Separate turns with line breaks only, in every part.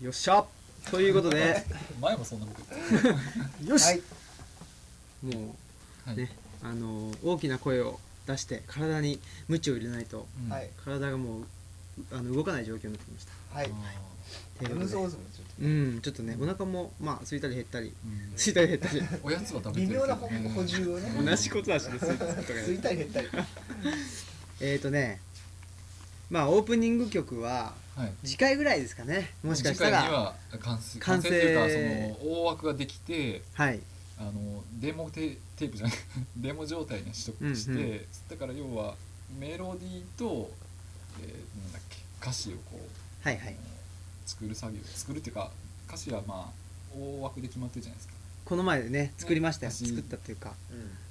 よっしゃということで
前もそんなこと言っ
よし、
はい
も
た、は
うねあの大きな声を出して体に鞭を入れないと
うん
はい
体がもうあの動かない状況になってきました
はい
というこ
エム
と
ズ
で
オズムちょっ
うんちょっとねお腹もまあ空いたり減ったり
うん
空いたり減ったり
おやつは食
と
べて
微
るけ
妙
ど
な補補充をね
同じことだしね空いたり減ったり
ついたり減ったり
えっとねまあオープニング曲は
はい
次回ぐらいですかねもしかした
次回に
ら
は完成
完
完
成
成っていうかその大枠ができて
はい
あのデモテテープじゃない デモ状態にしと
うんうん
して、だから要はメロディーと、えーなんだっけ歌詞をこう
はいはい
作る作業作るっていうか歌詞はまあ大枠で決まってるじゃないですか
この前ね作りましたよ
ね私
作ったっていうか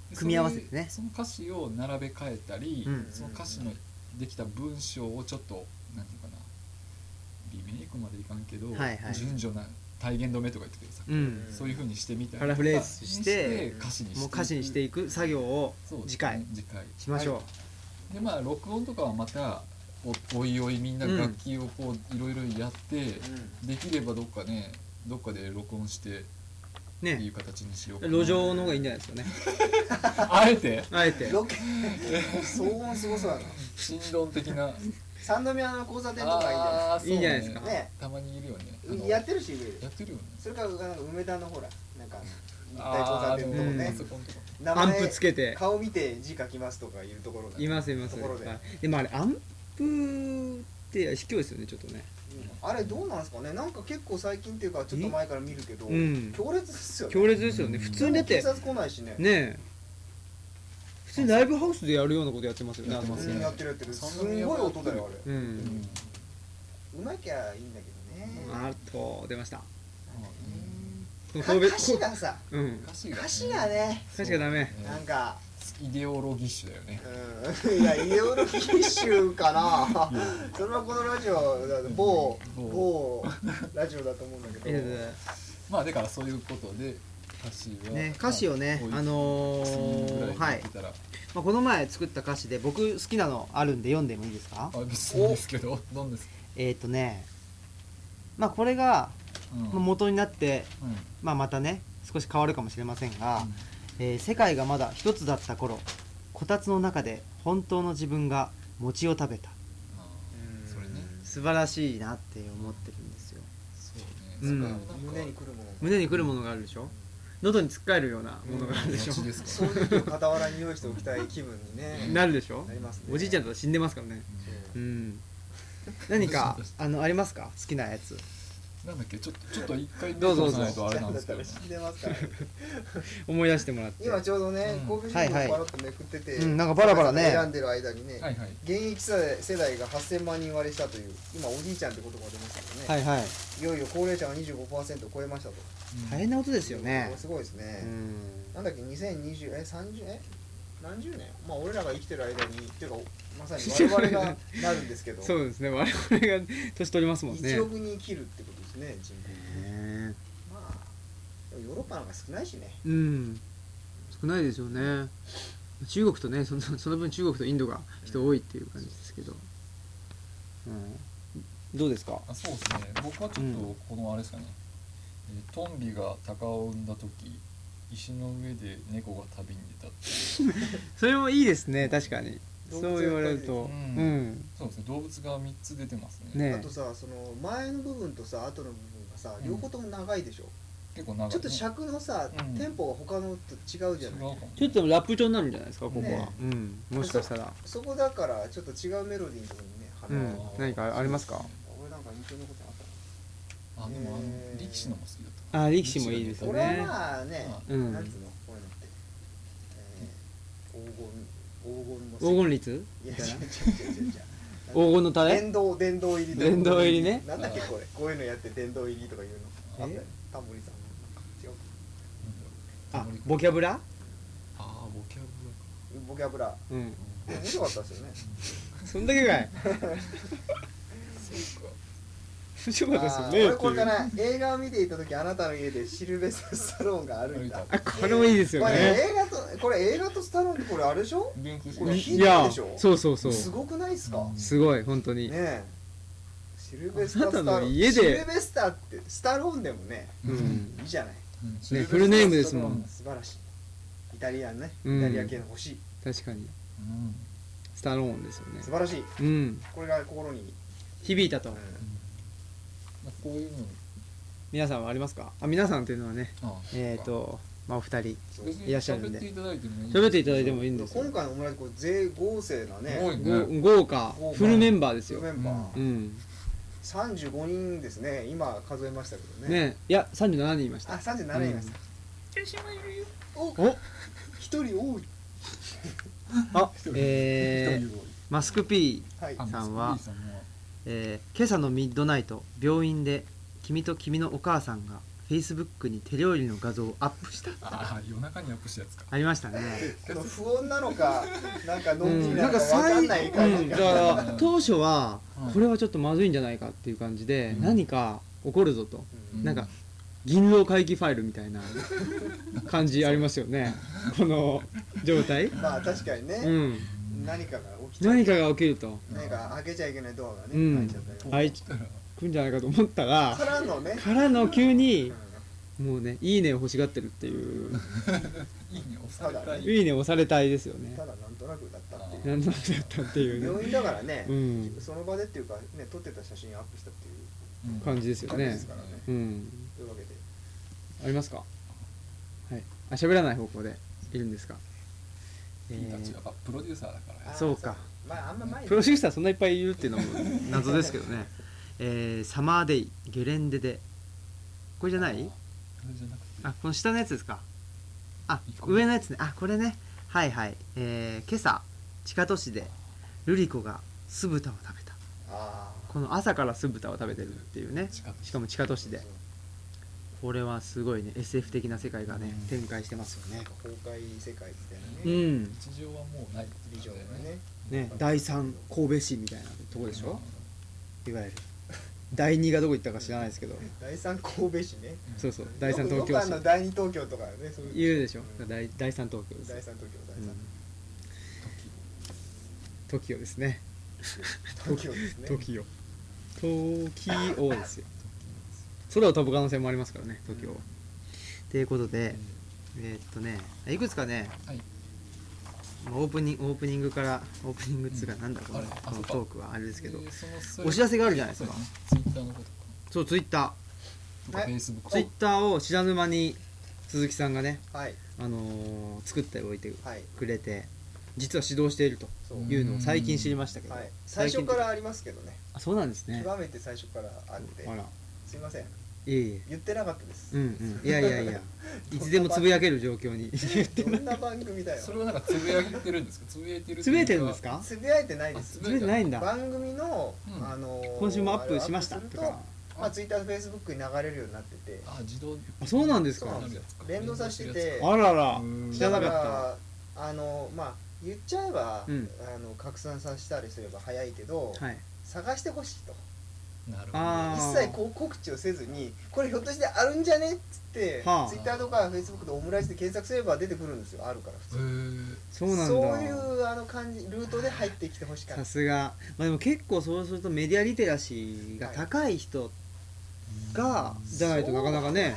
で
組み合わせてね
それその歌詞を並べ替えたり、
うんうんうん
その歌詞のできた文章をちょっとなんていうかなリメイクまでいかんけど、
はいはい
順序な体現止めとか言ってください、
うん
そういうふうにしてみたり
パラフレーズして
歌詞にして
もう歌詞にしていく作業を
そうですね
次回
次回
しましょう、
はでまあ録音とかはまたおおいおいみんな
うん
楽器をこういろいろやって、できればどっかねどっかで録音してってい
ね
う形にしようかな
路上の方がいいんじゃないですかね
あえて
あえて
ロケ騒音すごそうだな
振動的な
三宮の交差点とかいいんじゃ
あー
いいんじゃないですか
そうね
ね
たまにいるよねあ
ないです
の
かやってるしいる
やってるよね
それからなんか梅田のほらなんか一体交
あ
差
あで
点
も
のとこ
うん
ね
パソコンとか
名
アンプ
前
つけて
顔見て字書きますとかいうところが
いますいます
ところで
はいでもあれアンプって卑怯ですよねちょっとね
うんあれどうなんですかねなんか結構最近っていうかちょっと前から見るけど
うん
強烈ですよね
強烈ですよね
うん
普通にだっ
警
て
察来ないしね
ねえ普通にライブハウスでやるようなことやってますよね
やってま
う
す
ん
ね
やってるやってる
そんな
すんごい音だよあ
う
れ
うんん
うまきゃいいんだけどね
あと出ました
まあね
でも
か
神戸
歌詞がさ
うん
歌詞がね
歌詞がね
歌詞がダメ
そうね
なんか
イデオロギッシュだよね
うん いやイデオロギー集かなそれはこのラジオ某某ラジオだと思うんだけ
い
ど
やいやいや
まあだからそういうことで歌詞は
ね歌詞をね
ま
あのー
こういうふうにぐらいできたら
まあこの前作った歌詞で僕好きなのあるんで読んでもいいですか
あ別にですけどどんですか
えっ、ー、とねまあこれが
うん
まあ元になって、
うん
まあ、またね少し変わるかもしれませんが、えー世界がまだ一つだった頃こたつの中で本当の自分が餅を食べた
あ
うん
ーそれね
素晴らしいなって思ってるんですよ
そう
うん
ねそれはなんか
胸に来るもの
胸に来るものがあるでしょ喉に突っかえるようなものがあるでしょ
気持ちですか
そういう時を傍らに用意しておきたい気分にね
なるでしょ
なりますね
おじいちゃんとか死んでますからねうん何か あのありますか好きなやつ
なんだっけちょっとちょっと一回
どうぞ
見てもらわないとあれなん
だ
で
っ
す
た
けど
ら
ね
死んでますからね
思い出してもらって
今ちょうどね
うん
神戸新
はいは
聞
い
をパラッとめくってて
うんなんかバラバラね
選んでる間にね
はいはい
現役世代が8000万人割れしたという今おじいちゃんって言葉が出ましたけどね、
はいはい
い、よいよ高齢者が25%を超えましたと
大変なことです
で
よね
すごいです
う
ね、
ん
なんだっけ2020え30え何十年まあ俺らが生きてる間にっていうかまさに 我々がなるんですけど、
そうですね我々が年取りますもんね
1億人切るってことですね人口
ね
まあでもヨーロッパなんか少ないしね
うん少ないですよね中国とねそのその分中国とインドが人多いっていう感じですけど、うん、どうですか
あそうですね僕はちょっとこのあれですかね、えートンビが鷹を産んだ時石の上で猫が旅に出たって
それもいいですね確かに
動
そ
物
う言われるとう
うんん、そうですね動物が3つ出てますね
あ
ね
とさその前の部分とさ後の部分がさ両方とも長いでしょ、
結構長い、ね、
ちょっと尺のさ、
うん
テンポが他のと違うじ
違
ゃ
う
な
か
い
も
ちょっとラップ調になるんじゃないですかここは、
ね
うんもしかしたら
そこだからちょっと違うメロディーのところにね
う
花
ん
を、
何かありますか
俺なんか印象のことあ
あでもあの
えー
力士のも好きだった
あ力士もいいです
った
よ
俺は
ね
まあね、
うん
なんつうのこういうのって、えー、黄金黄金
黄
の
金律
いや
みたいな
違う違う違う違う違う
黄金のタレ
電動電動入りとか
電動入りね
なんだっけこれこういうのやって電動入りとかいうのあったよ
え
タモリさんのなんか違う
あボキャブラ
ああボキャブ
ボキャブラ
うん
面白かったですよね
そんだけか い 面白かったですよね
あ
ってい
ー
う
俺これかな映画を見ていた時あなたの家でシルベス・スタローンが歩いた
歩い
あこれもいいですよ
これ
ね
映画とこれ映画とスタローンってこれあれでしょ
ラ元気
これ
い
ヒーロー
や
でしょ
そうそうそう
すごくないですか、
うん
すごい本当に
ねえシシルベスタ・スタ
あ
ロ
なたの
ーン
家で
シルベスタってスタローンでもね
うん
いいじゃない
うん
ねフルネームですもん
うん
素晴らしいイタリアンね
うん
イタリア系の欲しい、
確かにスタローンですよね
素晴らしい
うん
これが心に、
響いたと
うん
まあこういうの
皆さんはありますかあ皆さんというのはね
あ
えっ、ー、とまあお二人
そう
別に
いらっしゃるんで
喋っていただいてもいい
喋っていただいてもい
い
いんですよ
今回のオムライスこれ全豪勢なね
多い
ご
ね
豪華
豪華
フルメンバーです
フル
よ
メンバー、
うん
35人ですね今数えましたけどね
ねいや37人いまし
あ
た
37人いました、広島いるよお
お
一人多い
あ
一人
えー、マスク P
はい
あ
さんは
スピーさんは
えー今朝のミッドナイト病院で君と君のお母さんがフェイスブックに手料理の画像をアップした
ああ夜中にアップしたやつか
ありましたね
その不穏な のかなんかの
うん
びり
ん
なのか分かんない感
う
じ
ん
が
だから当初は
うん
これはちょっとまずいんじゃないかっていう感じで
うん
何か起こるぞと
うん
なんか銀狼回帰ファイルみたいな感じありますよねこの状態
まあ確かに
う
ね、
ん
何かが起きちゃう
何かが起きると
何か開けちゃいけないドアがね、
うん
開いちゃったりとか
あい来るんじゃないかと思ったら
からのね、
からの急に
う
もうね「いいね」を欲しがってるっていう
いいね押された
「
い
いいね」押されたいですよ
ん
ね
ただなんとなくだったっていう
何なんだったっていう
病
ね
院だからね、
うん
その場でっていうかね撮ってた写真アップしたっていう
うん
感じですよ
感じで
ね
すからね
うん
というわけで
ありますかはいあ喋らない方向でいるんですかえ
いいタッチ
ー
やっぱプロデューサーだから
あー
そうか
まああんま前に
プロデューサーそんないっぱいいるっていうのも
謎ですけどね、えーサマーデイゲレンデでこれじゃない
それじゃなくて
あこの下のやつですかあ
一個目
上のやつねあこれねはいはい、えー今朝地下都市でルリ子が酢豚を食べた
あ
この朝から酢豚を食べてるっていうね
近く
しかも地下都市
ー
で
そう
これはすごいね SF 的な世界がね
うん
展開してますよね
崩壊世界みた
う
いなね、
ん
日常はもうない
ビジョンがね
ね第3神戸市みたいなとこでしょいわゆる第2がどこ行ったか知らないですけど
第三神戸市ね
そうそう第3東
よくよ
京
くあの
市
第二東京とかねそう
言
いうう
でしょ
うん
第第3東京で
第
す
三東京第
う
三
ん TOKIO ですね
東京ですね
TOKIO TOKIO ですよ空を飛ぶ可能性もありますからね TOKIO は
ということでえーっとねいくつかね
はい
オープニングオープニングからオープニングっつうかなんだこの
あれあ
こ
そ
の
うか
トークはあれですけど
お
お知らせがあるじゃないですか
ツイッターのことか
そうツイッタ
とかフェイスブッ
ー
ク
ツイッターを知らぬ間に鈴木さんがね、
はい
あのー作っておいて
はい
くれて実は指導していると
そう
うん
いうのを最近知りましたけど、
はい最
最近
初からありますけどね
あそうなんですね
極めて最初からあって
あら
すいません
いえいえ
言ってなかったです
うんうんいやいやいやいつでもつぶやける状況に
どんな番組だよ
それはなんかつぶやいてるんですかつぶやいてる
つぶやいてるんですか
つぶやいてないで
つ
す
ぶやいてないんだ
番組の
うん
あのー
今週もアップしました
あれをアップ
と
する
か
とまあツイッターとフェイスブックに流れるようになってて
あ自動で
あそうなんです
そう
か
なんですよ連動させてて
あらら
うん
知らなかっ
だからあのまあ言っちゃえば、
うん
あの拡散させたりすれば早いけど、
たはい
探してほしいと
なるほど
あ
一
ー
切こう告知をせずにこれひょっとしてあるんじゃねっつって、
はあ
ツイッターとかフェイスブックでオムライスで検索すれば出てくるんですよあるから普通
へー
そうなん
い
だ
うあの感じルートで入ってきてほしかった
さすがまあでも結構そうするとメディアリテラシーが高い人がじゃないとなかなかね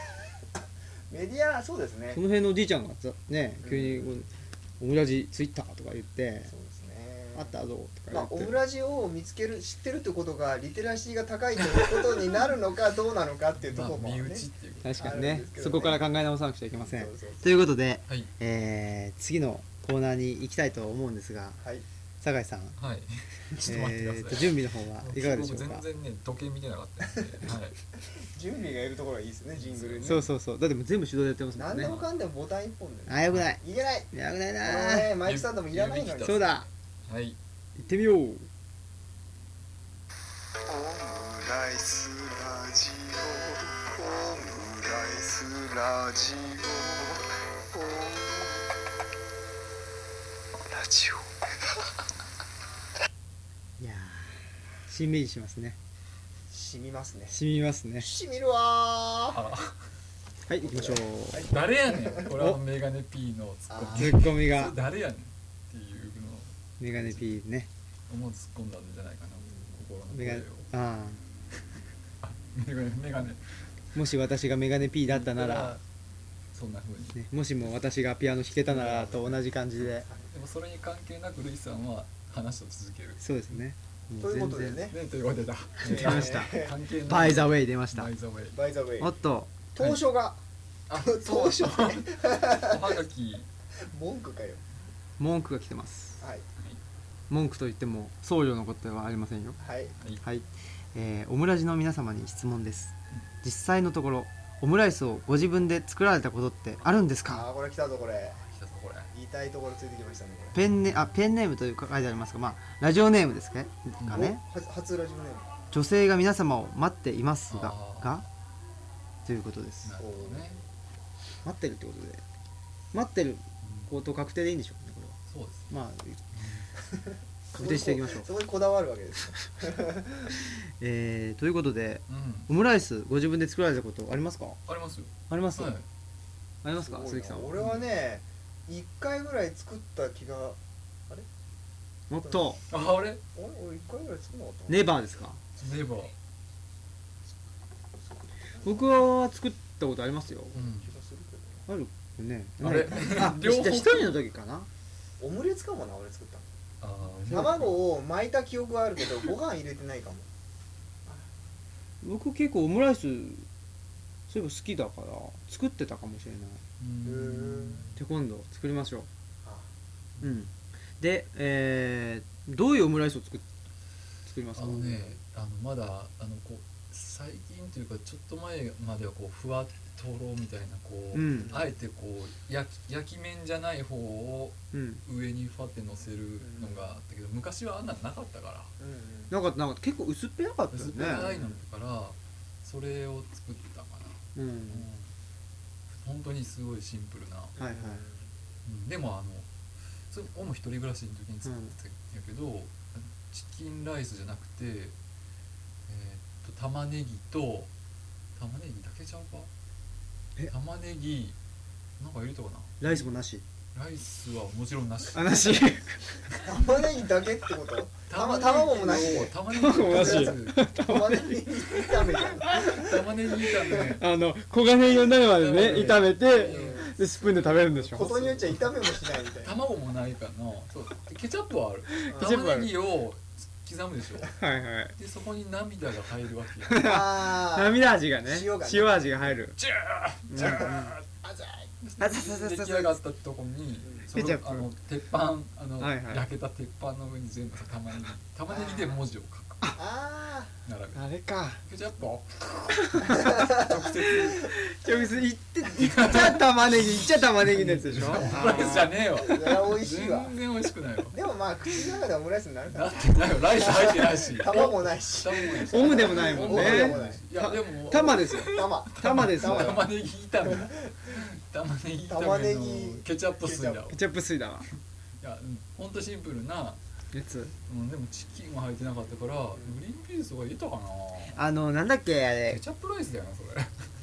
メディアそうですね
その辺のおじいちゃんがざね
うん
急にこう「オムラジツイッター」とか言って
そうですね
「あったぞ」と
まあ
か、
オ
言っ
ム
て
ラジを見つける知ってるってことがリテラシーが高いということになるの かどうなのかっていうと
ま
ころも
あ
ね、
身内っていうか
確かに
あるん
ね
ですけどね
そこから考え直さなくちゃいけません
そうそう
ということで、
はい
えー次のコーナーに行きたいと思うんですが
はい
酒井さん
はいちょっと待って
え
く
ー
だ
と
さい
準備の方はいかがでしょうか
僕全然ね時計見てなかったんではい
準備がいるところがいいですねジングルにね
そうそうそうだってもう全部手動でやってますも
何
んね
でもかんでもボタン一本でね
あよくない
いけない
よくない
こ
な
のねマイクスタンドもいらないのに
指
そうだ
はい
行ってみよう
オムライスラジオオムライスラジオオムラジ
い
オ
やーしんみりしますね
染みますね
しみますね
染みるわー
あ
はい行きましょう
誰やねんこれはメガネ P のツッコ
あ
ミ
ツッコミ
それ
が
誰やねんっていうのを
メガネ P ね
思う突っ込んだんじゃないかな心の
メガ
声を
ネあ
メガネメガネ
もし私がメガネ P だったなら、
そんな風に
ね、もしも私がピアノ弾けたならと同じ感じで
でもそれに関係なくルイさんは話を続ける
そうですねも
という
全
ことで
然
ね
ねというわけだ
出ました
え
関係ない
バイザウェイ出ました
バイザウェイ
ーバイ ザウェ
おっ
イ
と
当初が
あ
当初ね
おはがき
文句かよ
文句が来てます
はい
文句といっても僧侶のことではありませんよ
はい
はい、えーオムラジの皆様に質問です実際のところオムライスをご自分で作られたことってあるんです
あ
か
あこれ来たぞこれ
来たぞこれ
言いたいところついてきましたねこ
ペンネあペンネームというか書いてありますが、まあ、ラジオネームですか
れ
かね
お初初ラジオネーム
女性が皆様を待っていますが
あー
がということです
なるほどね
待ってるってことで待ってること確定でいいんでしょうねこれ
そうです
はまあ 確定していきましょう
そこにこだわるわけですよ
えーということで
う
オ
ん
ムライスご自分で作られたことありますか
ありますよ
あります、
は
あ
い
りますか
ごいな
鈴木さんは
俺はね一回ぐらい作った気が
もっと
ああれ
あれ俺一回ぐらい作んなかった
ネバーですか
ネバー
僕は作ったことありますよ
うん
気がするけど
あるよね
あれ
あ
両方
一人の時かな
ねオムレツかもな俺作ったの
あー
卵を巻いた記憶はあるけどご飯入れてないかも
僕結構オムライスそういえば好きだから作ってたかもしれない
うん
で今度作りましょ
あ
ううんでえー、どういうオムライスを作っ作ります
あ
か
のねあのまだあのこう最近というかちょっと前まではこうふわっとろみたいなこう、
うん
あえてこう焼き焼き面じゃない方を
うん
上にファって乗せるのがあったけど昔はあんなのなかったから
うんうん
なんかなんか結構薄っぺらかったよ
薄っぺ
ね
らいのだからそれを作ったかな、
うん
本当にすごいシンプルな、
はいはい
うんでもあのそれ俺も一人暮らしの時に作ってたんやけど、チキンライスじゃなくて、えーっと玉ねぎと玉ねぎだけちゃうか
え
玉ねぎなんか入れたか
ライスもなし
なライスはもちろんなし
あなし
玉ねぎだけってこと
玉ねぎ
卵もなし
を玉ねぎを
なし
玉ねぎ炒めたいな
玉ねぎ炒め
あの黄金色になるまでね炒めて
うん
でスプーンで食べるんでし
こ
ょ
とによっちゃ炒めもしないみたいな
卵もないかなそうケチャップはある
ケチャップあ
玉
る
ねぎを刻むでしょ
はいはい
でそこに涙が入るわけよ
あー
涙味がね
塩がね
塩味が入る
ジュージュー
あざい
あそうそうそうそう
出来上がったとこにそ
ケチャッ
の
プ
あの鉄板あの、
はいはい
焼けた鉄板の上に全部玉ねぎ玉ねぎで文字を書く
あ
並べる
あれか
ケチャップを直接
直接いっていっちゃ玉ねぎいっちゃ玉ねぎのやつでしょ
オムライスじゃねえわ
ーそれは美味しいわ
全然美味しくないわ
でもまあ口の中ではオムライスになるか
な
ら
ってないよライス入ってないし
玉もないし
卵もないし
オムでもないもん
オムでも
ね
ない
いやでも
玉ですよ
玉
玉ですよ
玉ねぎ炒め玉ねぎ
玉
炒め
ね
の
ぎ
ケチャップ水だわ
ケチャップ水だわ
いやうんほんとシンプルな、
やつ
うん、でもチキンは入ってなかったからグリーンピースとか入れたかな
あのなんだっけあ
ケ
れ
チャップライスだよなそれ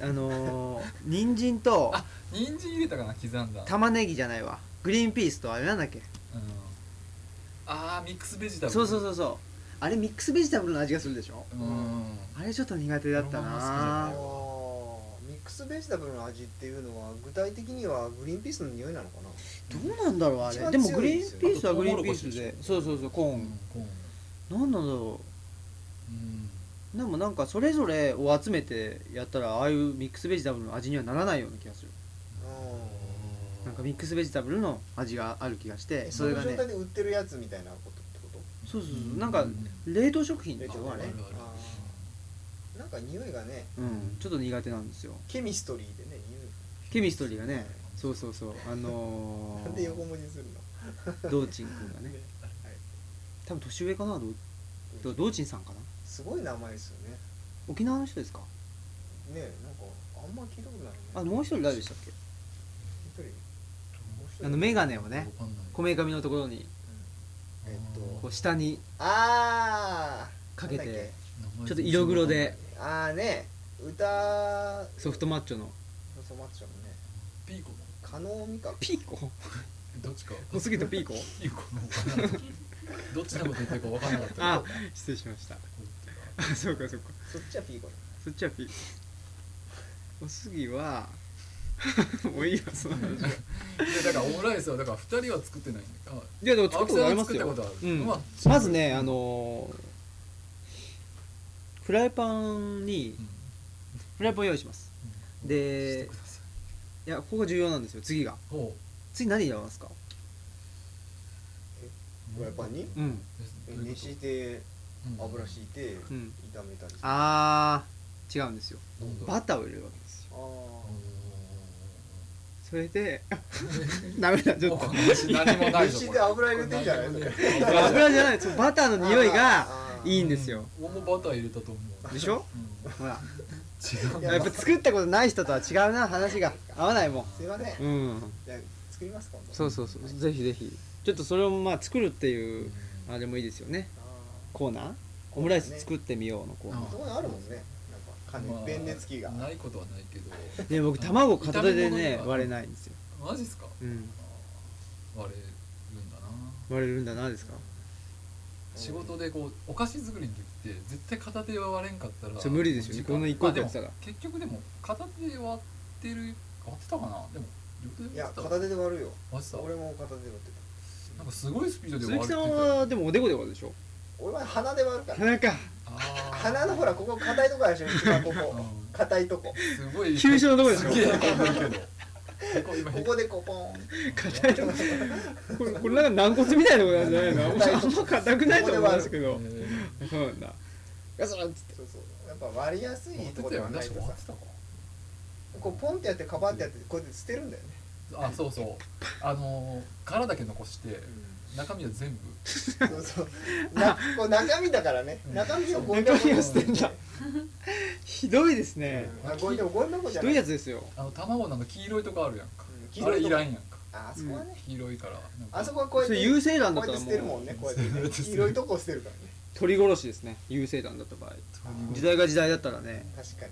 あのー人参と
あ人参入れたかな刻んだ、うん、
玉ねぎじゃないわグリーンピースとあれなんだっけ
あーミックスベジタブル
そうそう
う
そうそうあれミックスベジタブルの味がするでしょ
うん
あれちょっと苦手だった
俺もあ
な
ー
おーミックスベジタブルの味っていうのは具体的にはグリーンピースの匂いなのかな
どうなんだろうあ
一
れ
番
でも
強
グ
い
リ
で
ー
す
ン
よ
ピースはグリーンピース
あ
で
と
そうそうそうコー
コーン
ン
コーン
なんなんだろう
うん
でもなんかそれぞれを集めてやったらああいうミックスベジタブルの味にはならないような気がする
う
なんかミックスベジタブルの味がある気がして
ん
それが
の
ね
状態で売ってるやつみたいなことってこと
そうそうそうなんか冷凍食品でしょあれ
あるある
なんか匂いがね
うんちょっと苦手なんですよ
ケミストリーでね匂
ケミストリーがねそうそうそうあの
いなんで横文字にするの
ー道珍くんがね多分年上かな道道珍さんかな
すごい名前ですよね
沖縄の人ですか
ねえなんかあんま聞いたことないよね
あもう一人誰でしたっけ
一人もう一人
あの眼鏡をね
わかんない
こめかみのところに
えっ
ことう下に
あ
かけ
なんだってけ
名前
ちょっと色黒で
ーあーね歌
ソフトマッチョの
ソフトマッチョのね
ピーコの
加納美香
ピーコ
どっちか
小杉とピ ーコ
ピーコの方かなどっちのこと言ってるか分かんなかったけど
あ失礼しましたあそうかそうか
そっちはピーコ
そっちはピーおすぎ はもういいよその話は
だからオムライスはだから二人は作ってないんだあ
いやでも作
青
ったことあります
木さんが作った
よ
ことあ
う
る、
ん
まあ
まずねあのーフライパンに
うん
フライパンを用意します
うん
で
してくださ
い
い
やここが重要なんですよ次が
ほ
次何やりますか
う
フライパンに
うん
えどういう
熱
こと
して
うん
油敷いて
うん
炒めたりする
あ
あ
ー違うんですよ
なんだ
バターを入れるわけですよ
あ
それ でダメだちょっと
お何もないぞ
熱し
こ
て
れ
油入れてんじゃない
これ
油じゃないそのバターの匂いが
あー
いいんですよ
俺もバター入れたと思う
でしょ
うん
ほら
違う
いや
やっぱ作ったことない人とは違うな話が合わないもん
すいませんじ
うん
ゃあ作ります今度
そうそうそうぜひぜひちょっとそれをまあ作るっていう
うん
あれもいいですよね
あ
コーナーオムライス作ってみようのコーナ
ーそこにあるもんねなんか加熱電熱器が
まあないことはないけど
ーで僕卵片手で
炒め物
ね
とか
割れないんですよ
マジっすか
うん
割れるんだな
割れるんだなですか
仕事でこうお菓子作りの時って絶対片手は割れんかったら
それ無理ですよね
時間
こんな一個一個やってたら
まあでも結局でも片手で割ってる割ってたかなでも両手
い
で
や
割ってた
片手で割るよ
割ってた
俺も片手で割ってた
なんかすごいスピードで
鈴
割
木
って
さ
た
んはでもおでこで割るでしょ
俺は鼻で割るから
なんか
あ
鼻のほらここ硬いとこあるでしょ一番ここ
うん
硬いとこ
ーすごい
急所のとこでしょ
すげえ凹んでるけどへこ今
こ
へ
こでこうポン
硬いとここれこれなんか軟骨みたいなとこなんじゃない の
硬い
あんま硬くないと思うんですけど
え
そうなんだガサッつって
そうそうやっぱ割りやすい
ー割って
とこ
た
で
よ
は
ね
ない
確
と
か
さ
割ってたか
こうポンってやってカバンってやってこうやって捨てるんだよね
あそうそうあのー殻だけ残して中身は全部
そうそうなこう中身だからね中身をゴミ
中身を
箱
捨てんだひどいですね
あゴミでもゴミ箱じ
ひ
ゃ
ど
ないい
やつですよ
あの卵なんか黄色いとこあるやんか
うん
あれいらん
い
やんか
あそこはね
黄色いからなんか
あそこはこうやっ
それ
て
優勢
こ
弾
う
だ
や
っら
ったて捨
も
てるもん
う
ねこうやってね黄色いとこ捨てるからね
鳥殺しですね優勢弾だった場合時代が時代だったらね
確かに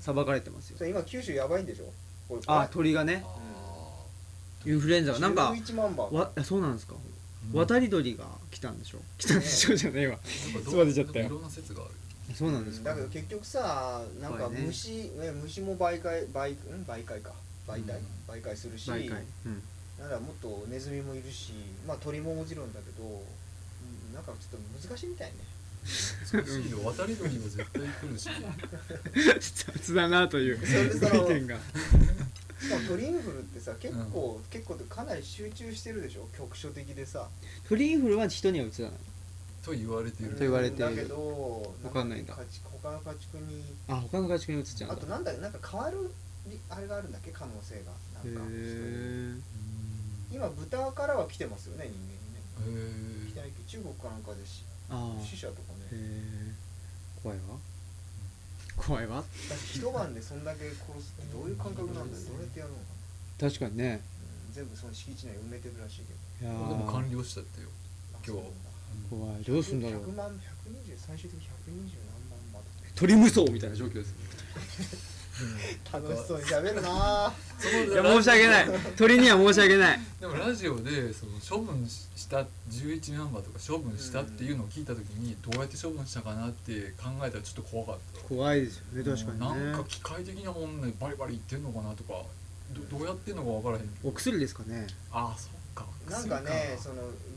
裁かれてますよ
それ今九州やばいんでしょこれ
あ鳥がね
あ
インフルエンザがなんか
11万羽
わあそうなんですか
ー
渡り鳥が来たんでしょ来たんでしょじゃねえわ
なんか
つまずいちゃったよ
いろんな説がある
そうなんですか
だけど結局さなんか
怖いね
虫、ね虫も媒介媒ん媒介か媒体、
うん
媒介するし
毎回うん
なんだもっとネズミもいるしまあ鳥ももちろんだけどうんなんかちょっと難しいみたいね
難しいよ渡り鳥も絶対来るし
雑だなという
それでその
意見が
しかも鳥インフルってさ結構、結構かなり集中してるでしょ局所的でさ
鳥インフルは人にはうつらない
と言われている
言われてる
だけど
わかんないんだ
家畜他の家畜に
あ他の家畜にうつっちゃう
あ
んだ
となんだなんか変わるあれがあるんだっけ可能性が
へ
なんか
え
うん
今豚からは来てますよね人間にね
へ
来て
ー
ないけど中国かなんかでし
ああ
死者とか
へ
ね
え怖いわ怖いわ
だって一晩でそんだけ殺すってどういう感覚なんだよどうやってやるのかな、
確かにね
うん全部その敷地内埋めてるらしいけど
いや
こ
ー
れでも完了しちゃったよ今日
怖いどうすんだろ
100
う
万120最終的に120何万まで
鳥無双みたいな
状況です
楽しそうに喋るなぁ
いや申し訳ない鳥には申し訳ない
でもラジオでその処分した11ナンバーとか処分したっていうのを聞いた時にどうやって処分したかなって考えたらちょっと怖かった
怖いですよね確かにね
なんか機械的なもんねバリバリいってんのかなとかどどうやってんのか分からへん
お薬ですかね
ああそっか
なんかねそ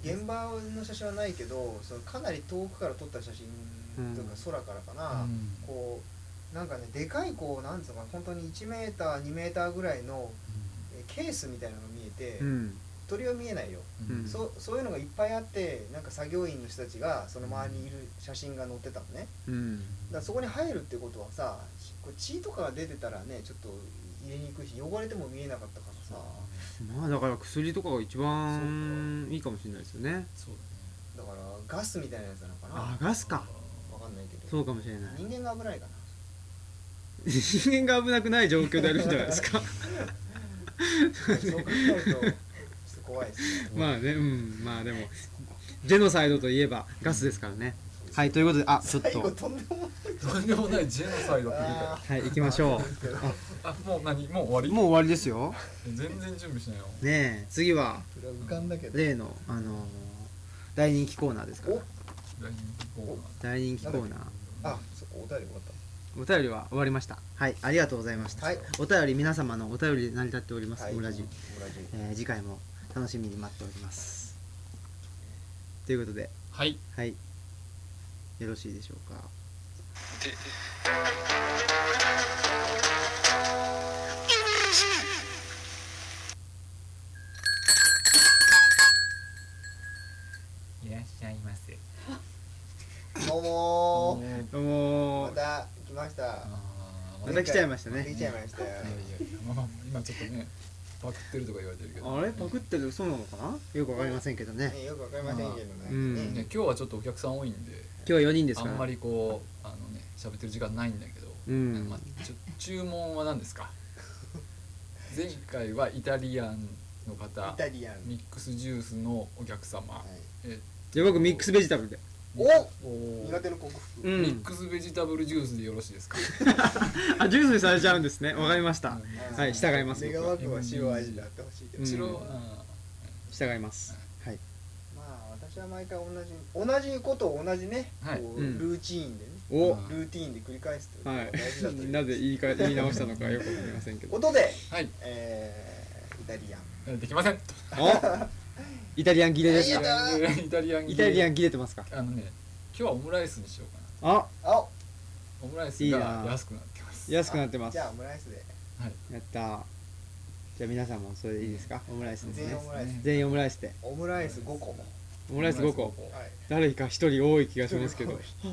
薬
の現場の写真はないけどそのかなり遠くから撮った写真というか空からかな、
うん
こうなんかねでかいこうなんつうのかな本当に1メーター2メーターぐらいのえーケースみたいなのが見えて、
うん
鳥は見えないよ、
うん
うん
そうそういうのがいっぱいあってなんか作業員の人たちがその周りにいる写真が載ってたのね
うん
だからそこに入るってことはさしこう血とかが出てたらねちょっと入れにくいし汚れても見えなかったからさ
まあだから薬とかが一番いいかもしれないですよね
そうだ
だからガスみたいなやつなのかな
あガス
ね
か
わかんないけど
そうかもしれない
人間が危ないかな
人間が危なくない状況であるんじゃないです か
そう考えるとちょっと怖いですね
まあねうんまあでもジェノサイドといえばガスですからねはいということであちょっ
最後
と
とんでもない
とんでもないジェノサイドって言う
あ
か
はい行きましょ
けど
らあもう何もう終わり
うもう終わりですよ
全然準備しないよ
ねえ次は
それは浮かんだけど
例のあのー大人気コーナーですから
お
来年以降
お
は
大人気コーナー
あそこお便り終わった
お便りは終わりましたはいありがとうございました、
はい
お便り皆様のお便りで成り立っております、
はい
オムラジ、
オムラジ
えー次回も楽しみに待っておりますということで
はい
はいよろしいでしょうか
で
いらっしゃいませ
どうもー
どう
ま
もー
た来ました
あー
また来ちゃいましたね
来ちゃいましたよ
いやいやいやまあまあ今ちょっとねパクってるとか言われてるけど
あれパクってるそうなのかなよくわかりませんけどね
ねよくわかりませんけどね
うん
ね
ね
今日はちょっとお客さん多いんで
今日は4人です
あ
から
んまりこうあのね喋ってる時間ないんだけど、
うん
まあ、ちょ注文は何ですか前回はイタリアンの
イ
方
タリアン
ミックスジュースのお客様、
はい
え
じゃあ僕ミックスベジタブルで
お
お
苦手の克服
う
ミッ
ん
クスベジタブルジュースでよろしいですか
あジュースにされちゃうんですねわかりましたはい従います
願
僕は
わくは塩味であってほしいけど
うん
白あ
従いますはい
まあ私は毎回同じ同じことを同じね
はい
こう
うん
ルーチンでね
お
うん
ルーティーンで繰り返すというの
は
が大事だと
い
い
な
う
ぜ言いか言い直したのかよくわかりませんけ ど
ことで
ーはい
えーイタリアン
できません
おイタリアン切れで
い
す
や
か
イタリアン
イタリア
ン
ン切れてますか
あのね今日はオムライスにしようかな
あ
あ
オムライス
いい
が
な
安くなってます
安くなってます
じゃあ
や
オムライスで
ったじゃあ皆さんもそれでいいですかオムライスです
全員
ね
オムライス
全員オムライスで
オムライス5個も
オムライス5個
っ
はい
誰か一人多い気がしますけ ど
一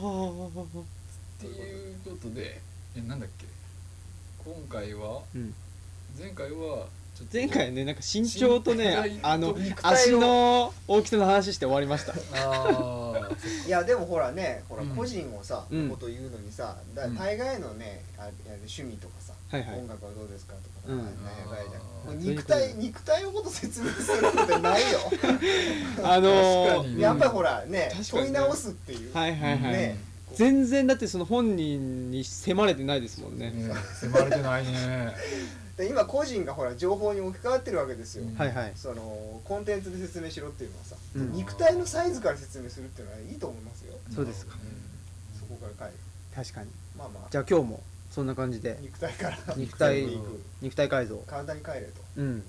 ていうことでえなんだっけ今回は
うん
前回はちょっと
前回ねなんか身長と ね
身長
あの
肉
足の大きさの話して終わりました
ああ
いやでもほらねほら
うん
個人をさ、
うん
こと言うのにさだ
うん
大概のねあれ趣味とかさ、
はいはい
音楽はどうですかとかさ、
うん
なんやかんやじゃん
あー
もう肉体肉体のこと説明することない よ
あの
確か
ー
に
やっぱりほらね
確かにね
問い直すっていう、
はいはいはい、
ね
全然だってその本人に迫れてないですもんね、
ね迫れてないね
で今個人がほら情報に置き換わってるわけですよ、
うん
はいはい
そのコンテンツで説明しろっていうのはさ、
うん
肉体のサイズから説明するっていうのはいいと思いますよ
そうですか
そこから帰る
確かに
まあま
じゃあ今日もそんな感じで
あ肉体から
肉体
に行く
肉体改造
体に帰れと
うん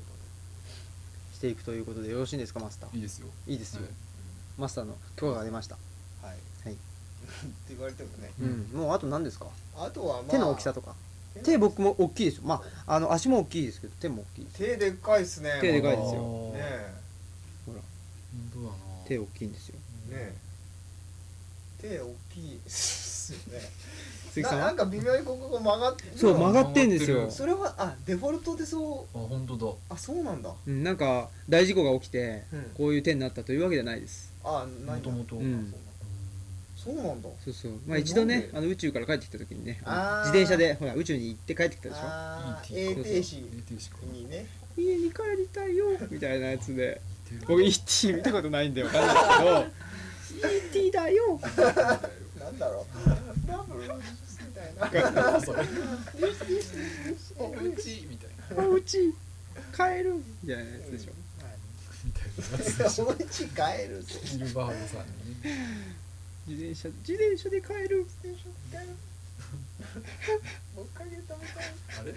していくということでよろしいんですかマスター
いいですよ
いいですよ、
はい
マスターの許可が出ました
はい、
はい
って言われてもね
うん、もうあと何ですか
あとはまあ
手の大きさとか手僕も大きいですよまああの足も大きいですけど手も大きいです
手でっかいっすね
手でっかいですよ
ね
よ
え
本当だな
手大きいんですよ
ねえ手大きいっすね
鈴木さん
なな
は
んか微妙にここが曲がって
そう曲
ま
がってんですよ
曲がってる
それはあデフォルトでそ
あ本当だ
うあそうなんだ
うん、なんか大事故が起きて
うん
こういう手になったというわけじゃないです
あないんだ
元
う
々
ん
そうなんだ
そうそうまあ
え
一度
なん
ね
で
あの宇宙から帰ってきた時にね
あー
あの自転車でほら宇宙に行って帰ってきたでしょ
あー
ET
永定詞
AT しか
にね
家に帰りたいよみたいなやつで
似てる
僕 ET 見たことないんでわかんないですけど ET だよ
なんだろうダブルみたいな
そう おうちみたいな
おうち帰るみたいなやつでしょ
みたいなやつでしょ
お家帰 るぜ
ギルバードさんにね
自転車自転車で帰る
もう一回言ったもう一回
あれ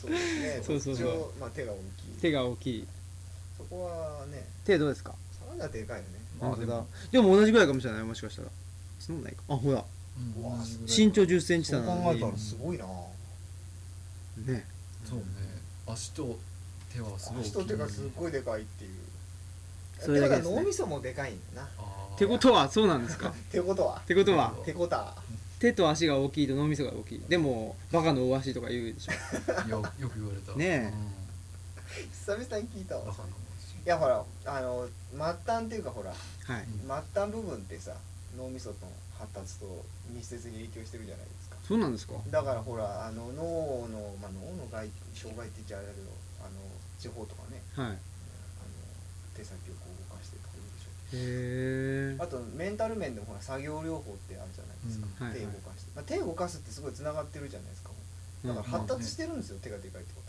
そうですね
そうそうそう
一応まあ手が大きい
手が大きい
そこはね
手どうですか
サラダでかいよね
まあ
本当
で
だ
も
でも同じぐらいかもしれないもしかしたらそんなことないかあほら
うん
うわ
同じぐらい
身長1 0センチ
そ
差な
う考
の
え
に
たらすごいな
ね
そうね足と手はすごい
足と手がすっ
い
ごいでかいっていう
それだけですね
てか脳みそもでかいんだな
ってことはそうなんですかっ
ってことは
てことは
てこた
手と足が大きいと脳みそが大きいでもバカの大足とか言うでしょ
よよく言われた
ね
久々に聞いた
うんバ
わ
カの
いやほらあの末端っていうかほら
はい
末端部分ってさ脳みその発達と密接に影響してるじゃないですか
そうなんですか
だからほらあの脳の、まあ、脳の害障害って言っちゃあれだけどあの地方とかね
はいへ
あの手先をこう動かしてとか言うで
え
しょあとメンタル面でもほら作業療法ってあるじゃないですか、
うんはい
手動かして、まあ、手動かすってすごいつながってるじゃないですかだから発達してるんですよ、手がでかいってこと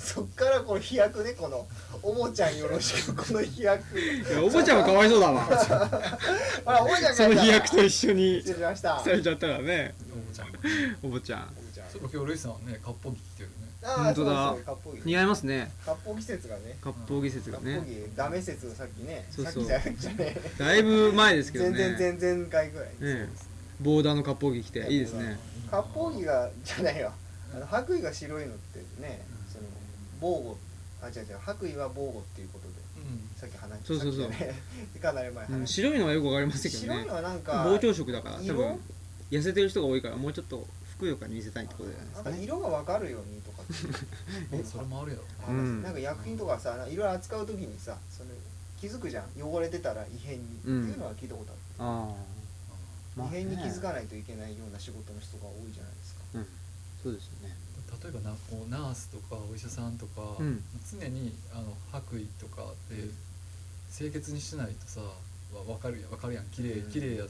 そっからこの飛躍ねこのおもちゃんよろしくこの飛躍
いやおばちゃんもかわいそうだわ
ほらおもちゃん
その
がや
飛
っ
躍と一緒に
失礼しました
されちゃったらね
おもちゃん。
おばちゃん
おもちゃん
そういえば今日ルイさんはね、割烹着着てるね。
あ
本
ー
当だ
そうそう割烹着
似合いますね
割烹季節がね
割烹季節が
割
ね
烹着ダメ説をさっきね
そうそう
さっきじゃなくてね
だいぶ前ですけど
全然
ね
全然回ぐらいです
ええボーダーの割烹着着ていいですね
割烹着がじゃないよあの白衣が白いのってねその防護あ違う違う白衣は防護っていうことで
うん。
さっき話
そうそうそう
さっきねかなり前話
うん白いのはよくわかりませんけど
白い
ね
のはなんか
膨張色だから多
色
分痩せてる人が多いからもうちょっとふくよかに見せたいってことじゃないです
なん
か
か
ね
色がわかるようにとかっ て
うんそれもあるやろ。
あ
うん
なんか薬品とかさなんかいろいろ扱う時にさその気づくじゃん汚れてたら異変に、
うん
っていうのは聞いたことある
ああ、まあ
異
ね
変に気づかないといけないような仕事の人が多いじゃないですか
うんそうですよね
例えばなこうナースとかお医者さんとか、
うん
常にあの白衣とかで清潔にしないとさわ分かるやん分かるやん綺麗
うん
綺麗や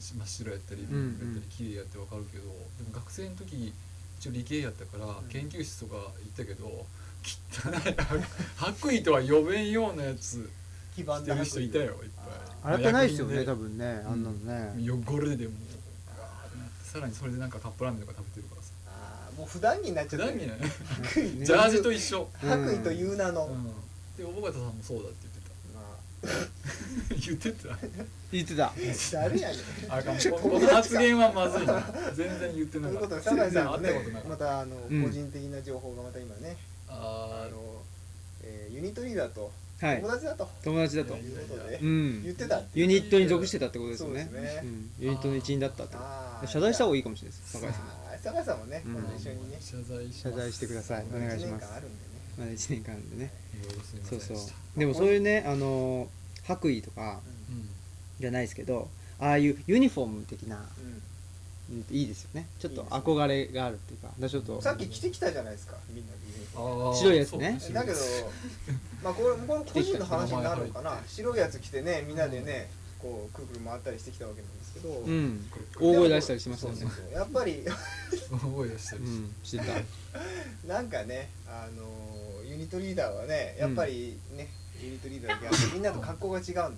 し真っ白やったりピ
うんうん
ンクやったり綺麗やって分かるけど、でも学生の時一応理系やったから、
ん
研究室とか行ったけど汚い白衣とは呼べんようなやつ
基
着
盤
て
で
る人いたよいっぱい
洗ってないですよね
ま
多分ねあんなの
あ
ね
薬品で汚れでもうガーってなってさらにそれでなんかカップラーメンとか食べてるからさ
あーもう普段着になっちゃ
普
った
段着ね
白 衣
ジャージと一緒
白衣という名の、
で尾形さんもそうだって
ま
言 ってた言ってた
言ってた
あ誰やねん
あかんここの発言はまずいな全然言って
と
ないか
う
っ
こと
た
で、サザエさんの
全然会ったことな
ね
い、
またあの、
うん
個人的な情報がまた今ね、
あ
あ
ー
の、えーユニットリーダーと
はい
友達だと
友達だと
いや
いうことで
いやいや、
うん
言ってたっていう。
ユニットに属してたってことですよね
そうですね
ん、ユニットの一員だったってこ
あ
と
ー
謝罪した方がいいかもしれないです
あー
高橋さん
あー坂井さんもね、
うん
今度一緒にね、
謝罪し
謝罪してくださいお願いし
1
ま
年
す
間あるんでね。
まだ1年間でね
いろいろすいま
そ
せん
う
で
そう
した
でもそういうねあの白衣とかじゃないですけどああいうユニフォーム的な
うん
うんいいですよねちょっと
いいですね
憧れがあるっていうかだからちょっと
さっき着てきたじゃないですか、みんなでユニフォーム
あー
白いやつね
そう
だけど、まあこれ、この個人の話になるの
着て
か
きた名前
な
入っ、て
白いやつ着てね、みんなでね、こう、くるくる回ったりしてきたわけなんですけど、
うん大声出したりしましたよ
そ
ね
うそうそうやっぱり
覚え出した
う
りして
んしてた
なんかね、あのーユニットリーダーはねやっぱりね、ユニットリーダーだけあってみんなと格好が違うんですよね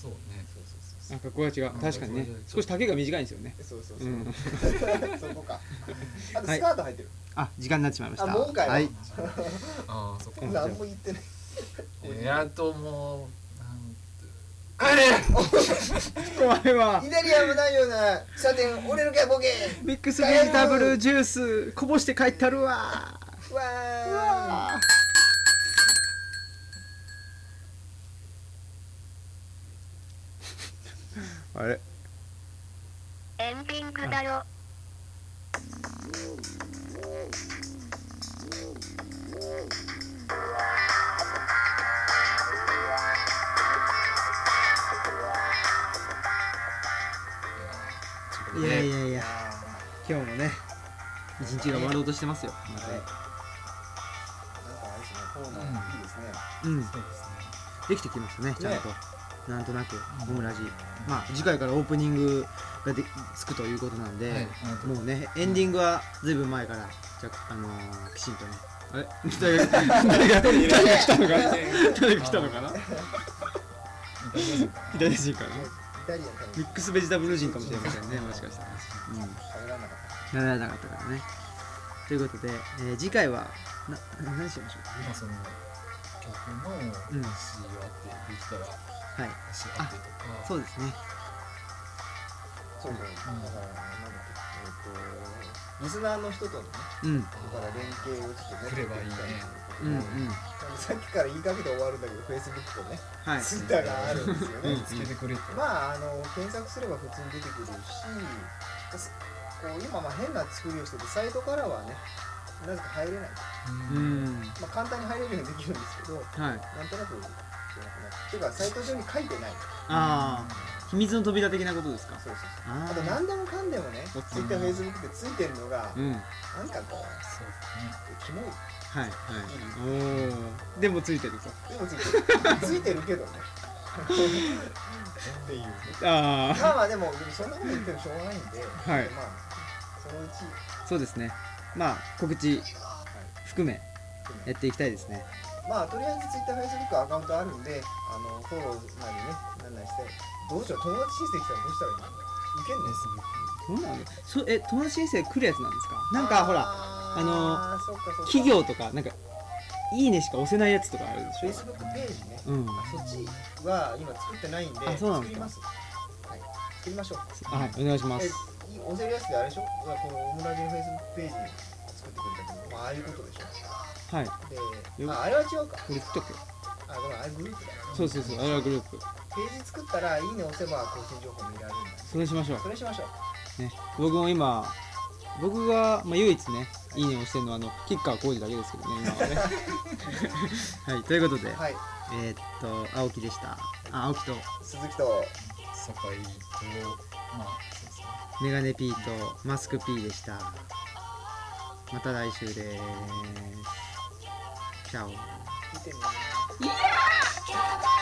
そうね
そうそう
あ格好が違う確かにね少し丈が短いんですよね
そうそうそう
う
そう、
ん
そこかあとスカート履いてる、
あ時間になってしまいました
あもうかよ
はい
ああそっか
うん
何も言ってない
えーあともうなんて帰れ
怖いわ
左やもないような車点折れるかボケ
ミックスベジタブルジュースこぼして帰ったるわ
わー
あれ
エンディングだよ。
いやいやいや
あ
今日もね一日が終わろうとしてますよ本
ーはいなんかあれですねコーナーいいですね、
当にうん
そうですね
できてきましたねちゃんと、
ね
なんとなくオムラジまあ次回からオープニングがでつくということなんで、
はい
もうねエンディングはずいぶん前からじゃあ、あのー、きちんとねあれ誰が誰が誰が来たのかな誰が来たのかなイタリア人かな
イタリアンから
ミックスベジタブル人かもしれませんねもしかしたら、うん
食べられなかっ
ならなかったからねということで、えー次回はなな何しましょうかね
今その曲の詞
う
を
ん
あってできたら
はい
詞あってとか
そうですね
たそうそう、だからなんだっけえっ、とリスナーの人とのね
うん
だから連携をちょっとね
すればいいね
うんうん
さっきから言いかけて終わるんだけど Facebook とね
はい
Twitter があるんですよね、
うん
つけてくれて
まああの検索すれば普通に出てくるしこう今まあ変な作りをしててサイトからはねなぜか入れない、
う
うん
ん
まあ、簡単に入れるようにできるんですけど
はい
なんとなくいけなくなっていうかサイト上に書いてない
ああ秘密の扉的なことですか
そうそうそう
あ
あと何でもかんでもね
うん
TwitterFacebook でついてるのが、
うんはい
なんかこう
そう
キモい
はいおおでもついてると
でもついて るついてるけどねっていう
あ
まあまあでもでもそんなこと言ってもしょうがないんで、
はい
まあそのうち
あそうですねまあ告知含め
含め
やっていきたいですね
まあとりあえずツイッター、フェイスブックアカウントあるんで、あのフォローなりね、なんなりして、どうしよう友達申請来たらどうしたらいいの？受けんね。
そうなのそえ友達申請来るやつなんですかなんかほら
あ
あの
ーそっかそっか
企業とかなんかいいねしか押せないやつとかあるでし
フェイ
ょ
スブックページね、
うん
あそっちは今作ってないんで、
あそうなん
作
です
り
か
ます。はい、作りましょう。
あはいお願いしま
え
す、
おせるやつであれでしょ？このオムラジのフェイスブックページ作ってくれたけど、まあああいうことでしょ。
はい
で、ああれは違う
こ
か。
れ言っとく
あごめん、あれグループだから、ね。
そうそうそうあれはグループ
ページ作ったらいいね押せば更新情報見られるんだ。
それしましょう
それしましょう。
ね、僕も今僕が、まあ、唯一ねいいねをしてるのはあの吉川浩司だけですけどね今はねはいということで、
はい、
えーっと青木でしたあ青木と
鈴木と。
酒井とまあそうですね
メガネ P とマスク P でしたまた来週ですチャオ
見てみよう。
「